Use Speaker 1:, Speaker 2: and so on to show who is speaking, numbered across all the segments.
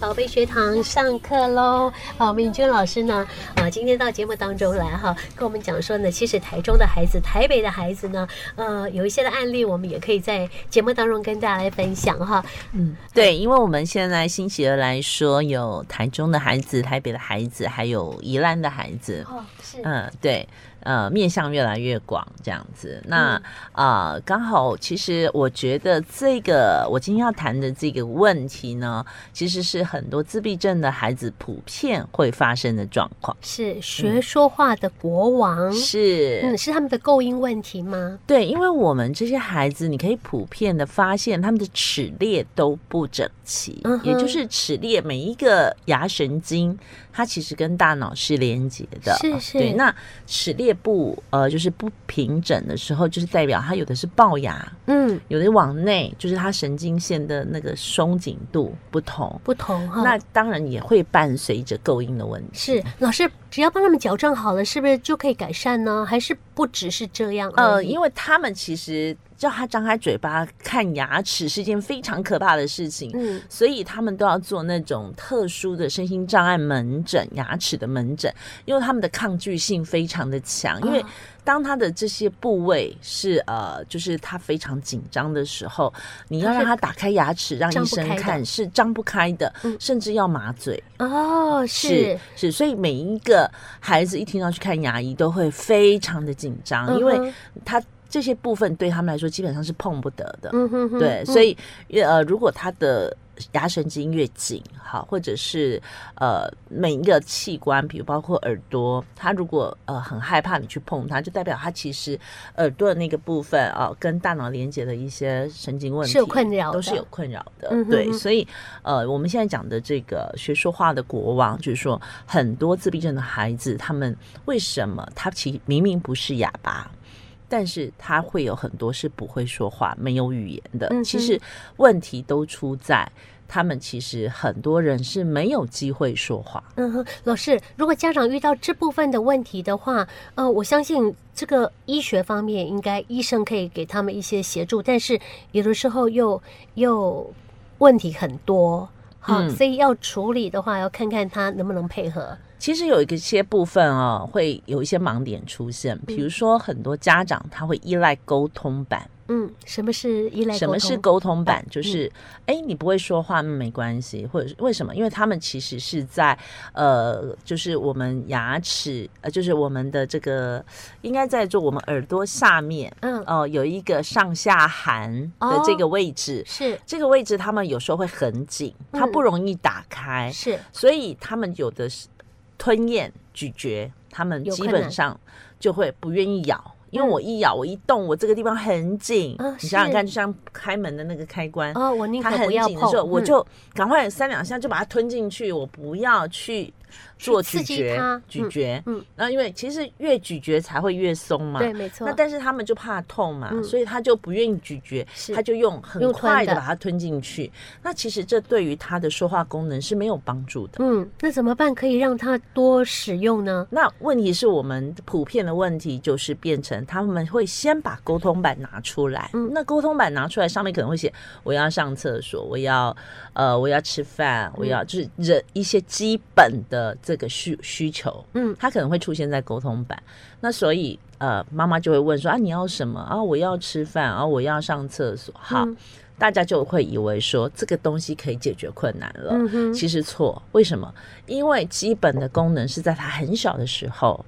Speaker 1: 宝贝学堂上课喽！好，敏娟老师呢，啊，今天到节目当中来哈，跟我们讲说呢，其实台中的孩子、台北的孩子呢，呃，有一些的案例，我们也可以在节目当中跟大家来分享哈。
Speaker 2: 嗯，对，因为我们现在星期二来说，有台中的孩子、台北的孩子，还有宜兰的孩子。
Speaker 1: 哦，是，
Speaker 2: 嗯，对，呃，面向越来越广这样子。那、
Speaker 1: 嗯
Speaker 2: 呃，刚好其实我觉得这个我今天要谈的这个问题呢，其实是很多自闭症的孩子普遍会发生的状况。
Speaker 1: 是学说话的国王，
Speaker 2: 是，
Speaker 1: 嗯，是他们的构音问题吗？
Speaker 2: 对，因为我们这些孩子，你可以普遍的发现他们的齿列都不整齐，
Speaker 1: 嗯哼
Speaker 2: 也就是齿列每一个牙神经，它其实跟大脑是连接的。啊
Speaker 1: 是是
Speaker 2: 对，那齿列不呃就是不平整的时候，就是代表它有的是龅牙，
Speaker 1: 嗯，
Speaker 2: 有的往内，就是它神经线的那个松紧度不同。
Speaker 1: 不同哈。
Speaker 2: 那当然也会伴随着构音的问题。
Speaker 1: 嗯是老师，只要帮他们矫正好了，是不是就可以改善呢？还是不只是这样而
Speaker 2: 呃，
Speaker 1: 已？
Speaker 2: 因为他们其实叫他张开嘴巴看牙齿是一件非常可怕的事情，
Speaker 1: 嗯，
Speaker 2: 所以他们都要做那种特殊的身心障碍门诊、牙齿的门诊，因为他们的抗拒性非常的强，因为
Speaker 1: 哦
Speaker 2: 当他的这些部位是呃，就是他非常紧张的时候，你要
Speaker 1: 它是
Speaker 2: 让他打开牙齿让
Speaker 1: 张
Speaker 2: 医
Speaker 1: 不
Speaker 2: 生
Speaker 1: 开的
Speaker 2: 看是张不开的，
Speaker 1: 嗯
Speaker 2: 甚至要麻醉。
Speaker 1: 哦，是，
Speaker 2: 嗯是，所以每一个孩子一听到去看牙医都会非常的紧张，因为
Speaker 1: 嗯哼
Speaker 2: 他这些部分对他们来说基本上是碰不得的。
Speaker 1: 嗯哼哼，
Speaker 2: 对，
Speaker 1: 嗯
Speaker 2: 所以呃，如果他的牙神经越紧，好，或者是呃每一个器官，比如包括耳朵，他如果呃很害怕你去碰它，就代表他其实耳朵的那个部分啊、跟大脑连接的一些神经问题
Speaker 1: 是有困扰
Speaker 2: 都是
Speaker 1: 的
Speaker 2: 有困扰的。
Speaker 1: 嗯哼
Speaker 2: 对，
Speaker 1: 哼
Speaker 2: 所以呃，我们现在讲的这个学说话的国王，就是说很多自闭症的孩子，他们为什么他其实明明不是哑巴，但是他会有很多是不会说话、没有语言的。
Speaker 1: 嗯哼
Speaker 2: 其实问题都出在他们其实很多人是没有机会说话。
Speaker 1: 嗯哼，老师，如果家长遇到这部分的问题的话，呃，我相信这个医学方面应该医生可以给他们一些协助，但是有的时候又又问题很多，好，
Speaker 2: 嗯
Speaker 1: 所以要处理的话，要看看他能不能配合。
Speaker 2: 其实有一个些部分哦，会有一些盲点出现，
Speaker 1: 嗯
Speaker 2: 比如说很多家长他会依赖沟通板。
Speaker 1: 嗯，什么是依赖沟
Speaker 2: 什
Speaker 1: 通？嗯
Speaker 2: 么是沟通版？就是，哎、你不会说话那没关系，或者是为什么？因为他们其实是在，呃，就是我们牙齿，呃，就是我们的这个，应该在做我们耳朵下面，
Speaker 1: 嗯，
Speaker 2: 哦、有一个上下颌的这个
Speaker 1: 哦
Speaker 2: 位置，
Speaker 1: 是
Speaker 2: 这个位置他们有时候会很紧，它
Speaker 1: 嗯
Speaker 2: 不容易打开，
Speaker 1: 是，
Speaker 2: 所以他们有的是吞咽、咀嚼，他们
Speaker 1: 有
Speaker 2: 基
Speaker 1: 困
Speaker 2: 本
Speaker 1: 难
Speaker 2: 上就会不愿意咬，因为
Speaker 1: 嗯
Speaker 2: 我一咬，我一动，我这个地方很紧。
Speaker 1: 啊
Speaker 2: 你想想
Speaker 1: 是
Speaker 2: 看，就像开门的那个开关，
Speaker 1: 哦，我宁
Speaker 2: 它
Speaker 1: 可
Speaker 2: 很
Speaker 1: 不要
Speaker 2: 紧的
Speaker 1: 碰
Speaker 2: 时候，，我
Speaker 1: 嗯
Speaker 2: 就赶快三两下就把它吞进去，我不要去做
Speaker 1: 刺
Speaker 2: 咀
Speaker 1: 激
Speaker 2: 嚼
Speaker 1: 它，
Speaker 2: 咀
Speaker 1: 嗯
Speaker 2: 嚼。
Speaker 1: 嗯
Speaker 2: 那因为其实越咀嚼才会越松嘛。
Speaker 1: 对，没错
Speaker 2: 那，但是他们就怕痛嘛，
Speaker 1: 嗯
Speaker 2: 所以他就不愿意咀嚼，
Speaker 1: 是
Speaker 2: 他就用很
Speaker 1: 用吞
Speaker 2: 快的
Speaker 1: 的
Speaker 2: 把它吞进去。那其实这对于他的说话功能是没有帮助的。
Speaker 1: 嗯，那怎么办可以让他多使用呢？
Speaker 2: 那问题是我们普遍的问题就是变成他们会先把沟通板拿出来，
Speaker 1: 嗯
Speaker 2: 那沟通板拿出来上面可能会写我要上厕所，我要呃我要吃
Speaker 1: 嗯
Speaker 2: 饭，我要、就是人一些基本的这个需需求，
Speaker 1: 嗯，
Speaker 2: 它可能会出现在沟通板。那所以呃妈妈就会问说啊你要什么啊我要吃饭啊我要上厕所，好，
Speaker 1: 嗯
Speaker 2: 大家就会以为说这个东西可以解决困难了，
Speaker 1: 嗯哼，
Speaker 2: 其实错，为什么？因为基本的功能是在他很小的时候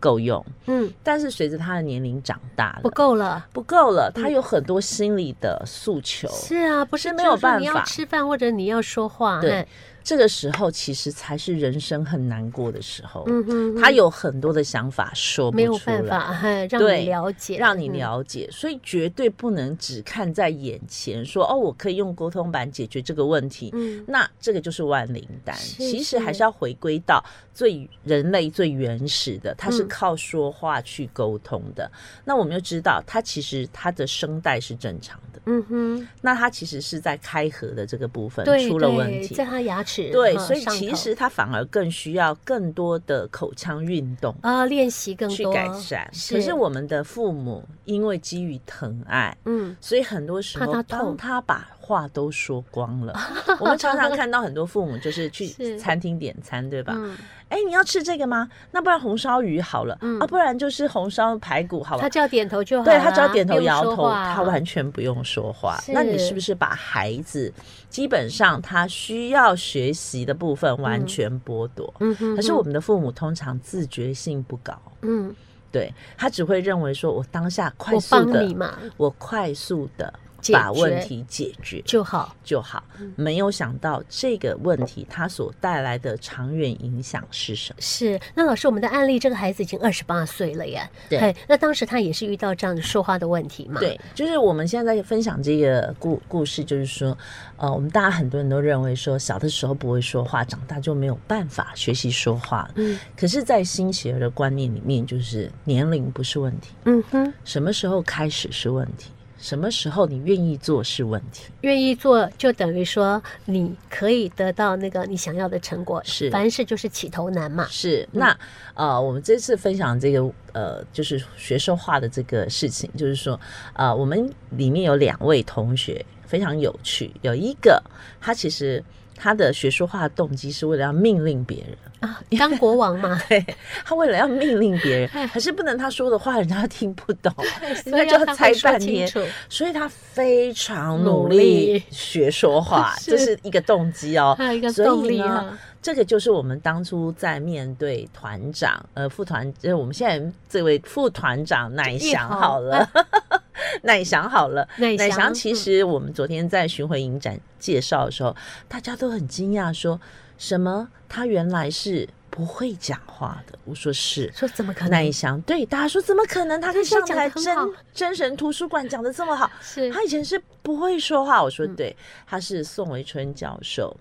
Speaker 2: 够用，
Speaker 1: 嗯，
Speaker 2: 但是随着他的年龄长大了，
Speaker 1: 不够了。
Speaker 2: 不够了，他有很多心理的诉求。
Speaker 1: 是啊，不
Speaker 2: 是
Speaker 1: 是
Speaker 2: 没
Speaker 1: 就
Speaker 2: 有
Speaker 1: 是说
Speaker 2: 办
Speaker 1: 你要
Speaker 2: 法
Speaker 1: 吃饭或者你要说话，
Speaker 2: 对
Speaker 1: 哎，
Speaker 2: 这个时候其实才是人生很难过的时候，
Speaker 1: 嗯哼哼，
Speaker 2: 他有很多的想法说不
Speaker 1: 没有
Speaker 2: 出
Speaker 1: 办
Speaker 2: 来
Speaker 1: 法，哎，让
Speaker 2: 对
Speaker 1: 你了解，
Speaker 2: 让你
Speaker 1: 嗯，
Speaker 2: 了解，所以绝对不能只看在眼前说，哦，我可以用沟通板解决这个问题。
Speaker 1: 嗯，
Speaker 2: 那这个就是万灵丹，
Speaker 1: 是
Speaker 2: 其实
Speaker 1: 是
Speaker 2: 还是要回归到最人类最原始的，它是
Speaker 1: 嗯
Speaker 2: 靠说话去沟通的。那我们就知道，它其实它的声带是正常的，
Speaker 1: 嗯哼，
Speaker 2: 那它其实是在开合的这个部分
Speaker 1: 对，
Speaker 2: 出了
Speaker 1: 对
Speaker 2: 问题
Speaker 1: 在。他牙齿
Speaker 2: 对，
Speaker 1: 呃
Speaker 2: 所以
Speaker 1: 上
Speaker 2: 其
Speaker 1: 头
Speaker 2: 实它反而更需要更多的口腔运动。
Speaker 1: 啊，练习更
Speaker 2: 去
Speaker 1: 多
Speaker 2: 改善，
Speaker 1: 是，
Speaker 2: 可是我们的父母因为基于疼爱，
Speaker 1: 嗯，
Speaker 2: 所以很多时
Speaker 1: 怕
Speaker 2: 候
Speaker 1: 他痛
Speaker 2: 当他把话都说 光了。我们常常看到很多父母就是去
Speaker 1: 是
Speaker 2: 餐厅点餐，对吧？
Speaker 1: 嗯，
Speaker 2: 哎、你要吃这个吗？那不然红烧鱼好了，
Speaker 1: 嗯
Speaker 2: 啊，不然就是红烧排骨好了
Speaker 1: 他。只要点头就好啦，
Speaker 2: 对他只要点头
Speaker 1: 不用
Speaker 2: 摇
Speaker 1: 说
Speaker 2: 头，
Speaker 1: 话
Speaker 2: 他完全不用说话。
Speaker 1: 是
Speaker 2: 那你是不是把孩子基本上他需要学习的部分完全剥夺？
Speaker 1: 嗯哼哼，
Speaker 2: 可是我们的父母通常自觉性不高，
Speaker 1: 嗯，
Speaker 2: 对他只会认为说我当下快
Speaker 1: 我
Speaker 2: 速
Speaker 1: 帮
Speaker 2: 的
Speaker 1: 你，嘛
Speaker 2: 我快速的
Speaker 1: 解
Speaker 2: 把
Speaker 1: 决
Speaker 2: 问题解决
Speaker 1: 就好，
Speaker 2: 就好
Speaker 1: 嗯，
Speaker 2: 没有想到这个问题它所带来的长远影响是什么？
Speaker 1: 是，那老师，我们的案例这个孩子已经二十八岁了耶，
Speaker 2: 对
Speaker 1: 嘿，那当时他也是遇到这样的说话的问题嘛？，
Speaker 2: 对，就是我们现在分享这个故故事，就是说，呃，我们大家很多人都认为说，小的时候不会说话，长大就没有办法学习说话。
Speaker 1: 嗯
Speaker 2: 可是，在新奇儿的观念里面，就是年龄不是问题，
Speaker 1: 嗯哼，
Speaker 2: 什么时候开始是问题，什么时候你愿意做是问题。
Speaker 1: 愿意做就等于说你可以得到那个你想要的成果，
Speaker 2: 是
Speaker 1: 凡事就是起头难嘛，
Speaker 2: 是，那呃，我们这次分享这个呃，就是学生化的这个事情，就是说，呃，我们里面有两位同学非常有趣，有一个他其实他的学说话动机是为了要命令别人，
Speaker 1: 啊，当国王 嘛，
Speaker 2: 他为了要命令别人，可是不能他说的话人家听不懂，
Speaker 1: 哎所以
Speaker 2: 就要
Speaker 1: 他会
Speaker 2: 猜
Speaker 1: 说
Speaker 2: 半
Speaker 1: 清
Speaker 2: 天
Speaker 1: 楚
Speaker 2: 所以他非常努
Speaker 1: 努
Speaker 2: 力
Speaker 1: 力
Speaker 2: 学说话，
Speaker 1: 是
Speaker 2: 这是一个动机 哦，
Speaker 1: 还有一个
Speaker 2: 所
Speaker 1: 动
Speaker 2: 以
Speaker 1: 力
Speaker 2: 呢
Speaker 1: 啊，
Speaker 2: 这个就是我们当初在面对团长，呃，副团，呃，我们现在这位副团长乃翔 好了，乃翔好了。
Speaker 1: 乃
Speaker 2: 乃翔
Speaker 1: 翔嗯
Speaker 2: 其实我们昨天在巡回影展介绍的时候，大家都很惊讶，说什么他原来是不会讲话的。我说是
Speaker 1: 嗯，说怎么可
Speaker 2: 乃
Speaker 1: 能
Speaker 2: 翔对大家说怎么可能？他可以
Speaker 1: 他现
Speaker 2: 上
Speaker 1: 在讲
Speaker 2: 台
Speaker 1: 得很
Speaker 2: 真
Speaker 1: 好
Speaker 2: 真神图书馆讲的这么好，
Speaker 1: 是
Speaker 2: 他以前是不会说话。我说
Speaker 1: 嗯
Speaker 2: 对，他是宋维春教授，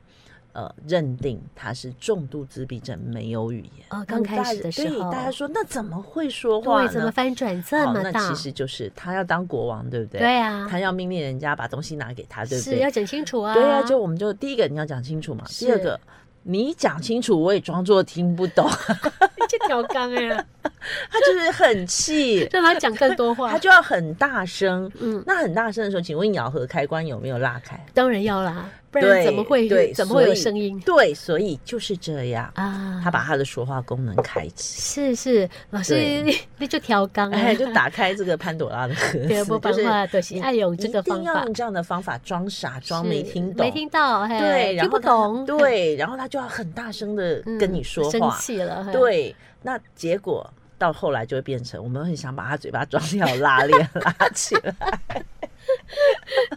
Speaker 2: 呃，认定他是重度自闭症，没有语言。
Speaker 1: 哦刚
Speaker 2: 那么
Speaker 1: 开
Speaker 2: 大
Speaker 1: 始的时
Speaker 2: 嗯对
Speaker 1: 候
Speaker 2: 大家说那怎么会说话
Speaker 1: 对
Speaker 2: 呢？
Speaker 1: 怎么翻转这
Speaker 2: 好
Speaker 1: 么
Speaker 2: 那
Speaker 1: 大
Speaker 2: 其？实就是他要当国王，对不对？
Speaker 1: 对啊，
Speaker 2: 他要命令人家把东西拿给他，对不
Speaker 1: 是
Speaker 2: 对
Speaker 1: 要？讲清楚啊，
Speaker 2: 对啊，就我们就第一个你要讲清楚嘛，第二
Speaker 1: 是
Speaker 2: 个你讲清楚，我也装作听不 懂，
Speaker 1: 这条纲哎，
Speaker 2: 他就是 很气，
Speaker 1: 让他讲更多话，
Speaker 2: 他就要很大声。
Speaker 1: 嗯。
Speaker 2: 那很大声的时候，请问咬合开关有没有拉开？
Speaker 1: 当然要啦，不
Speaker 2: 对
Speaker 1: 然怎么会
Speaker 2: 对
Speaker 1: 怎么会有
Speaker 2: 所以
Speaker 1: 声音
Speaker 2: 对，所以就是这样，
Speaker 1: 啊？
Speaker 2: 他把他的说话功能开启，
Speaker 1: 是是老师
Speaker 2: 对，
Speaker 1: 那就调纲啊
Speaker 2: 哎，，就 打开这个潘朵拉的盒
Speaker 1: 对
Speaker 2: 子，
Speaker 1: 不
Speaker 2: 就
Speaker 1: 办
Speaker 2: 是
Speaker 1: 法，就是爱用这
Speaker 2: 一
Speaker 1: 个
Speaker 2: 定
Speaker 1: 方
Speaker 2: 要
Speaker 1: 法
Speaker 2: 用，这样的方法装傻，装没
Speaker 1: 是
Speaker 2: 听懂，
Speaker 1: 没听到，嘿
Speaker 2: 对，然
Speaker 1: 听
Speaker 2: 后
Speaker 1: 不
Speaker 2: 他
Speaker 1: 懂，
Speaker 2: 对，然后他就要很大声的
Speaker 1: 嗯，
Speaker 2: 跟你说
Speaker 1: 生
Speaker 2: 话，
Speaker 1: 气哎了，嘿，
Speaker 2: 对，那结果到后来就会变成，我们很想把他嘴巴装掉，拉链拉起来，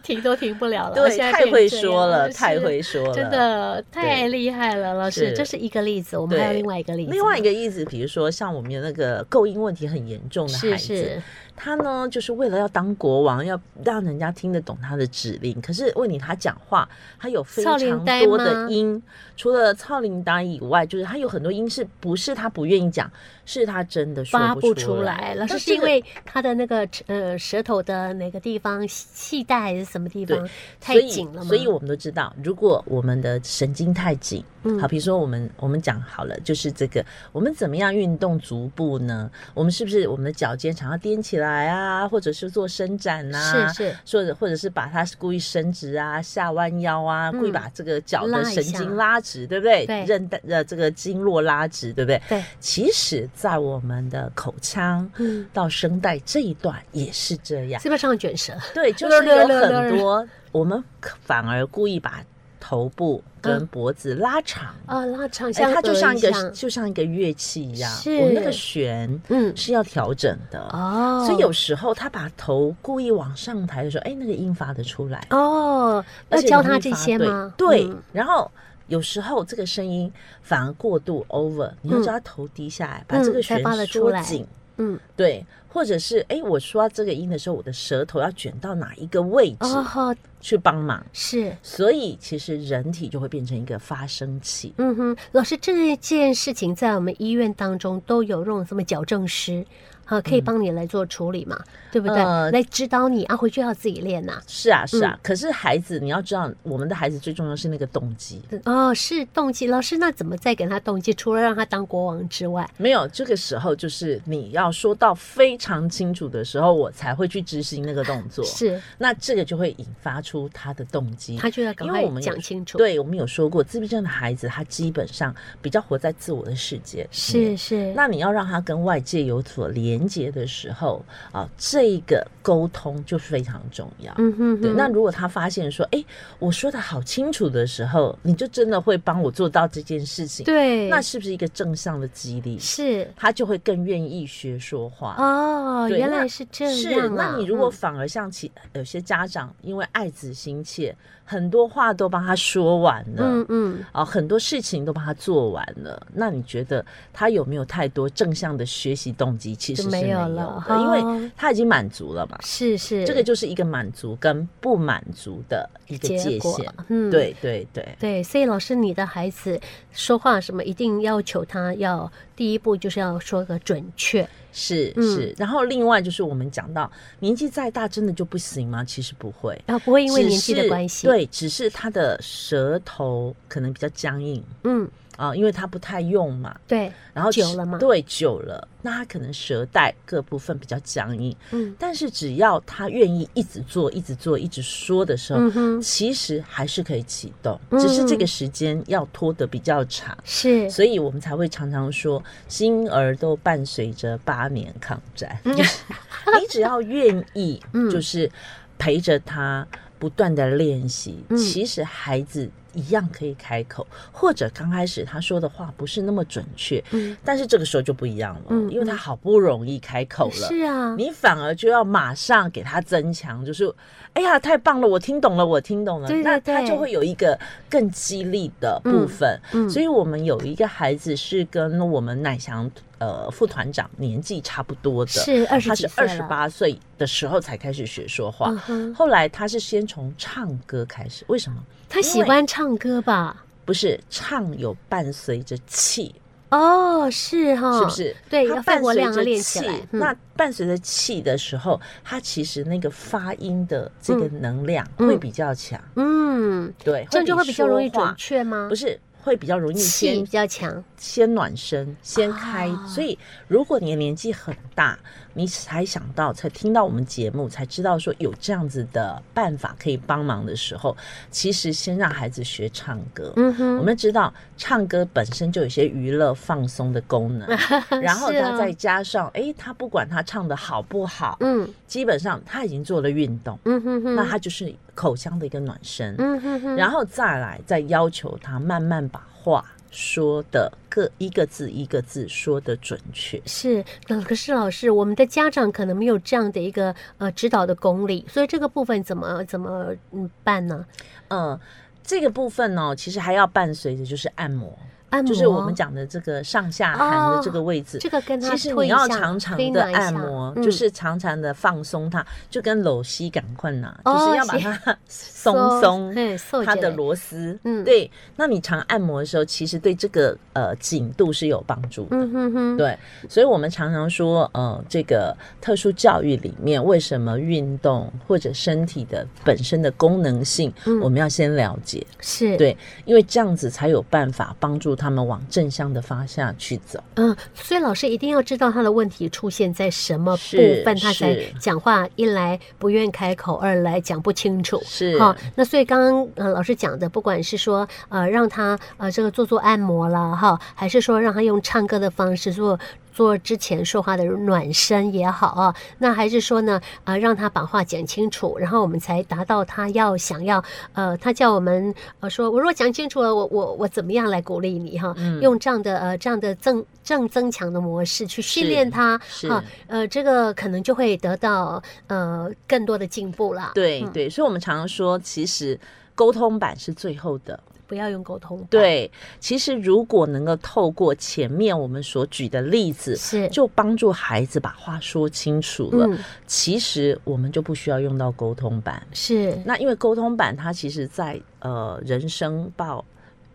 Speaker 1: 停都停不了了，
Speaker 2: 对，
Speaker 1: 现在
Speaker 2: 太
Speaker 1: 变
Speaker 2: 会
Speaker 1: 这样
Speaker 2: 说了，
Speaker 1: 是
Speaker 2: 太会说了，
Speaker 1: 真。的太
Speaker 2: 对
Speaker 1: 厉害了，老师，
Speaker 2: 是
Speaker 1: 这是一个例子，我们还有
Speaker 2: 对
Speaker 1: 另外一个例子，
Speaker 2: 另外一个例子，比如说像我们有那个构音问题很严重的孩
Speaker 1: 是
Speaker 2: 子，
Speaker 1: 是
Speaker 2: 他呢，就是为了要当国王，要让人家听得懂他的指令。可是问你，他讲话，他有非
Speaker 1: 操铃
Speaker 2: 常
Speaker 1: 呆
Speaker 2: 多
Speaker 1: 吗
Speaker 2: 的音，除了操铃呆以外，就是他有很多音是不是他不愿意讲，是他真的说
Speaker 1: 发
Speaker 2: 不
Speaker 1: 不
Speaker 2: 出
Speaker 1: 出
Speaker 2: 来。
Speaker 1: 来，老师
Speaker 2: 但
Speaker 1: 是因
Speaker 2: 这个
Speaker 1: 为他的那个呃舌头的哪个地方系带还是什么地
Speaker 2: 对
Speaker 1: 方
Speaker 2: 所
Speaker 1: 太
Speaker 2: 以
Speaker 1: 紧了吗？
Speaker 2: 所以我们都知道，如果我们的神经太紧，
Speaker 1: 嗯
Speaker 2: 好，比如说我们我们讲好了，就是这个，我们怎么样运动足部呢？我们是不是我们的脚尖常常踮起来啊，或者是做伸展啊？
Speaker 1: 是是
Speaker 2: 或者或者是把它故意伸直啊，下弯腰啊，
Speaker 1: 嗯
Speaker 2: 故意把这个脚的
Speaker 1: 拉一
Speaker 2: 神
Speaker 1: 下
Speaker 2: 经拉直，对不对？
Speaker 1: 对
Speaker 2: 韧带呃这个经络拉直，对不对？
Speaker 1: 对，
Speaker 2: 其实，在我们的口腔
Speaker 1: 嗯，
Speaker 2: 到声带这一段也是这样，
Speaker 1: 是不是上卷舌？
Speaker 2: 对，就是有很
Speaker 1: 溜溜
Speaker 2: 多我们反而故意把头部
Speaker 1: 嗯
Speaker 2: 跟脖子拉长。
Speaker 1: 啊，拉长
Speaker 2: 哎
Speaker 1: 像、
Speaker 2: 它就像一个
Speaker 1: 像
Speaker 2: 就像一个乐器一样，
Speaker 1: 是
Speaker 2: 我们那个弦
Speaker 1: 嗯
Speaker 2: 是要调整的，
Speaker 1: 哦，
Speaker 2: 所以有时候他把头故意往上抬的时候，哎，那个音发得出来。
Speaker 1: 哦，要
Speaker 2: 而且
Speaker 1: 教
Speaker 2: 容
Speaker 1: 他
Speaker 2: 易
Speaker 1: 这
Speaker 2: 发
Speaker 1: 些
Speaker 2: 对
Speaker 1: 吗？
Speaker 2: 对，
Speaker 1: 嗯
Speaker 2: 然后有时候这个声音反而过度 over，你要
Speaker 1: 嗯
Speaker 2: 叫他头低下来，把这
Speaker 1: 嗯
Speaker 2: 个
Speaker 1: 才
Speaker 2: 弦
Speaker 1: 发得出
Speaker 2: 缩
Speaker 1: 来
Speaker 2: 紧。
Speaker 1: 嗯，
Speaker 2: 对，或者是哎，我说到这个音的时候，我的舌头要卷到哪一个位置
Speaker 1: 哦，好
Speaker 2: 去帮忙？
Speaker 1: 是，
Speaker 2: 所以其实人体就会变成一个发声器。
Speaker 1: 嗯哼，老师这件事情在我们医院当中都有用什么矫正师啊，可以帮你来做处理嘛，对不对？
Speaker 2: 嗯呃
Speaker 1: 来指导你啊，回去要自己练呐、
Speaker 2: 是啊，是啊。
Speaker 1: 嗯
Speaker 2: 可是孩子，你要知道，我们的孩子最重要是那个动机。
Speaker 1: 哦，是动机，老师那怎么再给他动机？除了让他当国王之外，
Speaker 2: 没有这个时候，就是你要说到非常清楚的时候，我才会去执行那个动作。
Speaker 1: 是，
Speaker 2: 那这个就会引发出他的动机。
Speaker 1: 他就要赶
Speaker 2: 因为
Speaker 1: 快
Speaker 2: 我们有
Speaker 1: 讲清楚。，
Speaker 2: 对我们有说过，自闭症的孩子他基本上比较活在自我的世界里面。
Speaker 1: 是是，
Speaker 2: 嗯那你要让他跟外界有所连接的时候啊，这个沟通就非常重要。
Speaker 1: 嗯哼
Speaker 2: 对，
Speaker 1: 哼，
Speaker 2: 那如果他发现说，哎、我说的好清楚的时候，你就真的会帮我做到这件事情，
Speaker 1: 对，
Speaker 2: 那是不是一个正向的激励？
Speaker 1: 是
Speaker 2: 他就会更愿意学说话。
Speaker 1: 哦，
Speaker 2: 对
Speaker 1: 原
Speaker 2: 那
Speaker 1: 来是这样
Speaker 2: 是，
Speaker 1: 啊。
Speaker 2: 那你如果
Speaker 1: 嗯
Speaker 2: 反而像其呃有些家长，因为爱子心切，很多话都帮他说完了，
Speaker 1: 嗯嗯，
Speaker 2: 啊，很多事情都帮他做完了，那你觉得他有没有太多正向的学习动机？其实
Speaker 1: 就是没
Speaker 2: 没
Speaker 1: 有
Speaker 2: 有
Speaker 1: 了
Speaker 2: 的，因
Speaker 1: 哦
Speaker 2: 为他已经满足了嘛。
Speaker 1: 是是，
Speaker 2: 这个就是一个满足跟不满足的一个
Speaker 1: 结
Speaker 2: 界
Speaker 1: 果
Speaker 2: 限。，
Speaker 1: 嗯，。
Speaker 2: 对对对，
Speaker 1: 对，所以老师，你的孩子说话什么，一定要求他要第一步就是要说个准确，
Speaker 2: 是
Speaker 1: 嗯
Speaker 2: 是。然后另外就是我们讲到年纪再大真的就不行吗？其实不会，
Speaker 1: 然后不会因为
Speaker 2: 只
Speaker 1: 年纪的
Speaker 2: 是
Speaker 1: 关系，，
Speaker 2: 对，只是他的舌头可能比较僵硬
Speaker 1: 嗯，
Speaker 2: 啊，因为他不太用嘛。
Speaker 1: 对，
Speaker 2: 然后
Speaker 1: 久
Speaker 2: 只
Speaker 1: 了嘛
Speaker 2: 对，久了，那他可能舌带各部分比较僵硬，
Speaker 1: 嗯
Speaker 2: 但是只要他愿意一直做、一直做、一直说的时候，
Speaker 1: 嗯哼，
Speaker 2: 其实还是可以启动，
Speaker 1: 嗯
Speaker 2: 只是这个时间要拖得比较长。
Speaker 1: 是，
Speaker 2: 所以我们才会常常说，婴儿都伴随着八年抗战。 你只要愿意
Speaker 1: 嗯，
Speaker 2: 就是陪着他不断的练习，
Speaker 1: 嗯
Speaker 2: 其实孩子一样可以开口，或者刚开始他说的话不是那么准确，
Speaker 1: 嗯，
Speaker 2: 但是这个时候就不一样了，
Speaker 1: 嗯
Speaker 2: 因为他好不容易开口了。
Speaker 1: 是啊，
Speaker 2: 你反而就要马上给他增强，就是，哎呀，太棒了，我听懂了，我听懂了，
Speaker 1: 对对
Speaker 2: 那他
Speaker 1: 对
Speaker 2: 就会有一个更激励的部分。
Speaker 1: 嗯
Speaker 2: 所以我们有一个孩子是跟我们乃翔呃副团长年纪差不多的，
Speaker 1: 是二十
Speaker 2: 他
Speaker 1: 几
Speaker 2: 是
Speaker 1: 岁
Speaker 2: 二
Speaker 1: 了
Speaker 2: 十，八岁的时候才开始学说话，
Speaker 1: 嗯哼，
Speaker 2: 后来他是先从唱歌开始，为什么？
Speaker 1: 他喜
Speaker 2: 因为
Speaker 1: 欢唱歌吧？
Speaker 2: 不是唱有伴随着气，
Speaker 1: 哦，是哈，
Speaker 2: 是不？是？
Speaker 1: 对
Speaker 2: 它
Speaker 1: 要肺
Speaker 2: 伴
Speaker 1: 活
Speaker 2: 随
Speaker 1: 量要
Speaker 2: 着
Speaker 1: 练起
Speaker 2: 气
Speaker 1: 来。嗯
Speaker 2: 那伴随着气的时候，它其实那个发音的这个能量
Speaker 1: 嗯
Speaker 2: 会比较强，
Speaker 1: 嗯，
Speaker 2: 对，
Speaker 1: 这样就会比较容易
Speaker 2: 说话
Speaker 1: 准，确吗？
Speaker 2: 不是会比较容易
Speaker 1: 气
Speaker 2: 先
Speaker 1: 比较强，
Speaker 2: 先暖身，先开。
Speaker 1: 啊
Speaker 2: 所以，如果你的年纪很大，你才想到、才听到我们节目，才知道说有这样子的办法可以帮忙的时候，其实先让孩子学唱歌。
Speaker 1: 嗯
Speaker 2: 我
Speaker 1: 哼，
Speaker 2: 们知道唱歌本身就有一些娱乐放松的功 能，然后
Speaker 1: 是啊
Speaker 2: 他再加上，诶，他不管他唱的好不好，
Speaker 1: 嗯
Speaker 2: 基本上他已经做了运动，
Speaker 1: 嗯哼哼，
Speaker 2: 那他就是口腔的一个暖身，
Speaker 1: 嗯哼哼，
Speaker 2: 然后再来再要求他慢慢把话说的各一个字一个字说的准确。
Speaker 1: 是，那可是老师，我们的家长可能没有这样的一个呃指导的功力，所以这个部分怎么怎么嗯办呢？
Speaker 2: 嗯、这个部分呢、其实还要伴随着就是按摩，
Speaker 1: 按摩哦
Speaker 2: 就是我们讲的这个上下含的这个位置。
Speaker 1: 这个跟他
Speaker 2: 其实
Speaker 1: 推
Speaker 2: 你
Speaker 1: 一
Speaker 2: 要
Speaker 1: 下
Speaker 2: 常常
Speaker 1: 推
Speaker 2: 的
Speaker 1: 拿一
Speaker 2: 按
Speaker 1: 下
Speaker 2: 摩，
Speaker 1: 嗯
Speaker 2: 就是常常的放松它，就跟搂膝感困呐，
Speaker 1: 哦
Speaker 2: 就是要把
Speaker 1: 是
Speaker 2: 它 松松
Speaker 1: 嘿，瘦
Speaker 2: 它
Speaker 1: 起
Speaker 2: 的
Speaker 1: 来
Speaker 2: 螺丝。
Speaker 1: 嗯
Speaker 2: 对。那你常按摩的时候，其实对这个呃紧度是有帮助的。
Speaker 1: 嗯哼哼，
Speaker 2: 对，所以我们常常说，呃，这个特殊教育里面，为什么运动或者身体的本身的功能性，
Speaker 1: 嗯
Speaker 2: 我们要先了解，
Speaker 1: 是，
Speaker 2: 对因为这样子才有办法帮助他们往正向的方向去走。
Speaker 1: 嗯，所以老师一定要知道他的问题出现在什么部
Speaker 2: 是
Speaker 1: 分，他才
Speaker 2: 是
Speaker 1: 讲话一来不愿开口，二来讲不清楚。
Speaker 2: 是
Speaker 1: 好、那所以刚刚呃老师讲的，不管是说呃让他呃这个做做按摩啦哈，还是说让他用唱歌的方式做做之前说话的暖身也好啊，那还是说呢呃让他把话讲清楚，然后我们才达到他要想要呃他叫我们呃说我如果讲清楚了，我我我怎么样来鼓励你哈，
Speaker 2: 嗯
Speaker 1: 用这样的呃这样的正正增强的模式去训
Speaker 2: 是
Speaker 1: 练他
Speaker 2: 是
Speaker 1: 啊呃这个可能就会得到呃更多的进步啦。
Speaker 2: 对
Speaker 1: 嗯
Speaker 2: 对，所以我们常常说，其实沟通版是最后的。
Speaker 1: 不要用沟通。，
Speaker 2: 对，其实如果能够透过前面我们所举的例子，
Speaker 1: 是
Speaker 2: 就帮助孩子把话说清楚了，
Speaker 1: 嗯
Speaker 2: 其实我们就不需要用到沟通板。
Speaker 1: 是
Speaker 2: 那因为沟通板它其实在呃人生报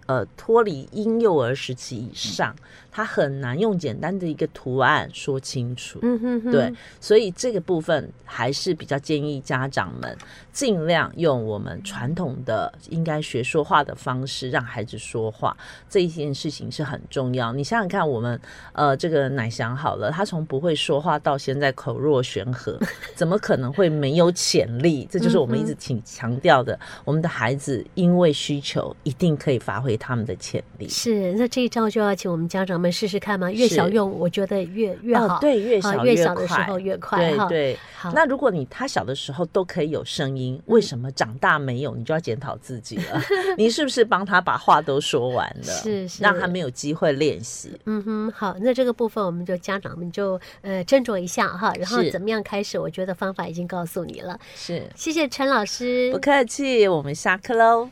Speaker 2: 呃脱离婴幼儿时期以上，他很难用简单的一个图案说清楚。
Speaker 1: 嗯哼哼，
Speaker 2: 对，，所以这个部分还是比较建议家长们尽量用我们传统的应该学说话的方式让孩子说话，这一件事情是很重要。你想想看，我们呃这个奶翔好了，他从不会说话到现在口若悬河，怎么可能会没有潜力？这就是我们一
Speaker 1: 嗯
Speaker 2: 直挺强调的，我们的孩子因为需求一定可以发挥他们的潜力。
Speaker 1: 是。那这一招就要请我们家长们试试看嘛，越
Speaker 2: 是
Speaker 1: 小用，我觉得越越好。
Speaker 2: 哦，对，越
Speaker 1: 啊
Speaker 2: 小
Speaker 1: 越
Speaker 2: 越
Speaker 1: 小的时
Speaker 2: 快
Speaker 1: 候越快哈
Speaker 2: 对对，
Speaker 1: 好，嗯
Speaker 2: 那如果你他小的时候都可以有声音，为什么长大没有？你就要检讨自己 了。你是不是帮他把话都说完了？
Speaker 1: 是是
Speaker 2: 让他没有机会练习。
Speaker 1: 嗯哼，好，那这个部分我们就家长们就呃斟酌一下哈，然后
Speaker 2: 是
Speaker 1: 怎么样开始？我觉得方法已经告诉你了，
Speaker 2: 是，
Speaker 1: 谢谢陈老师，
Speaker 2: 不客气，我们下课喽。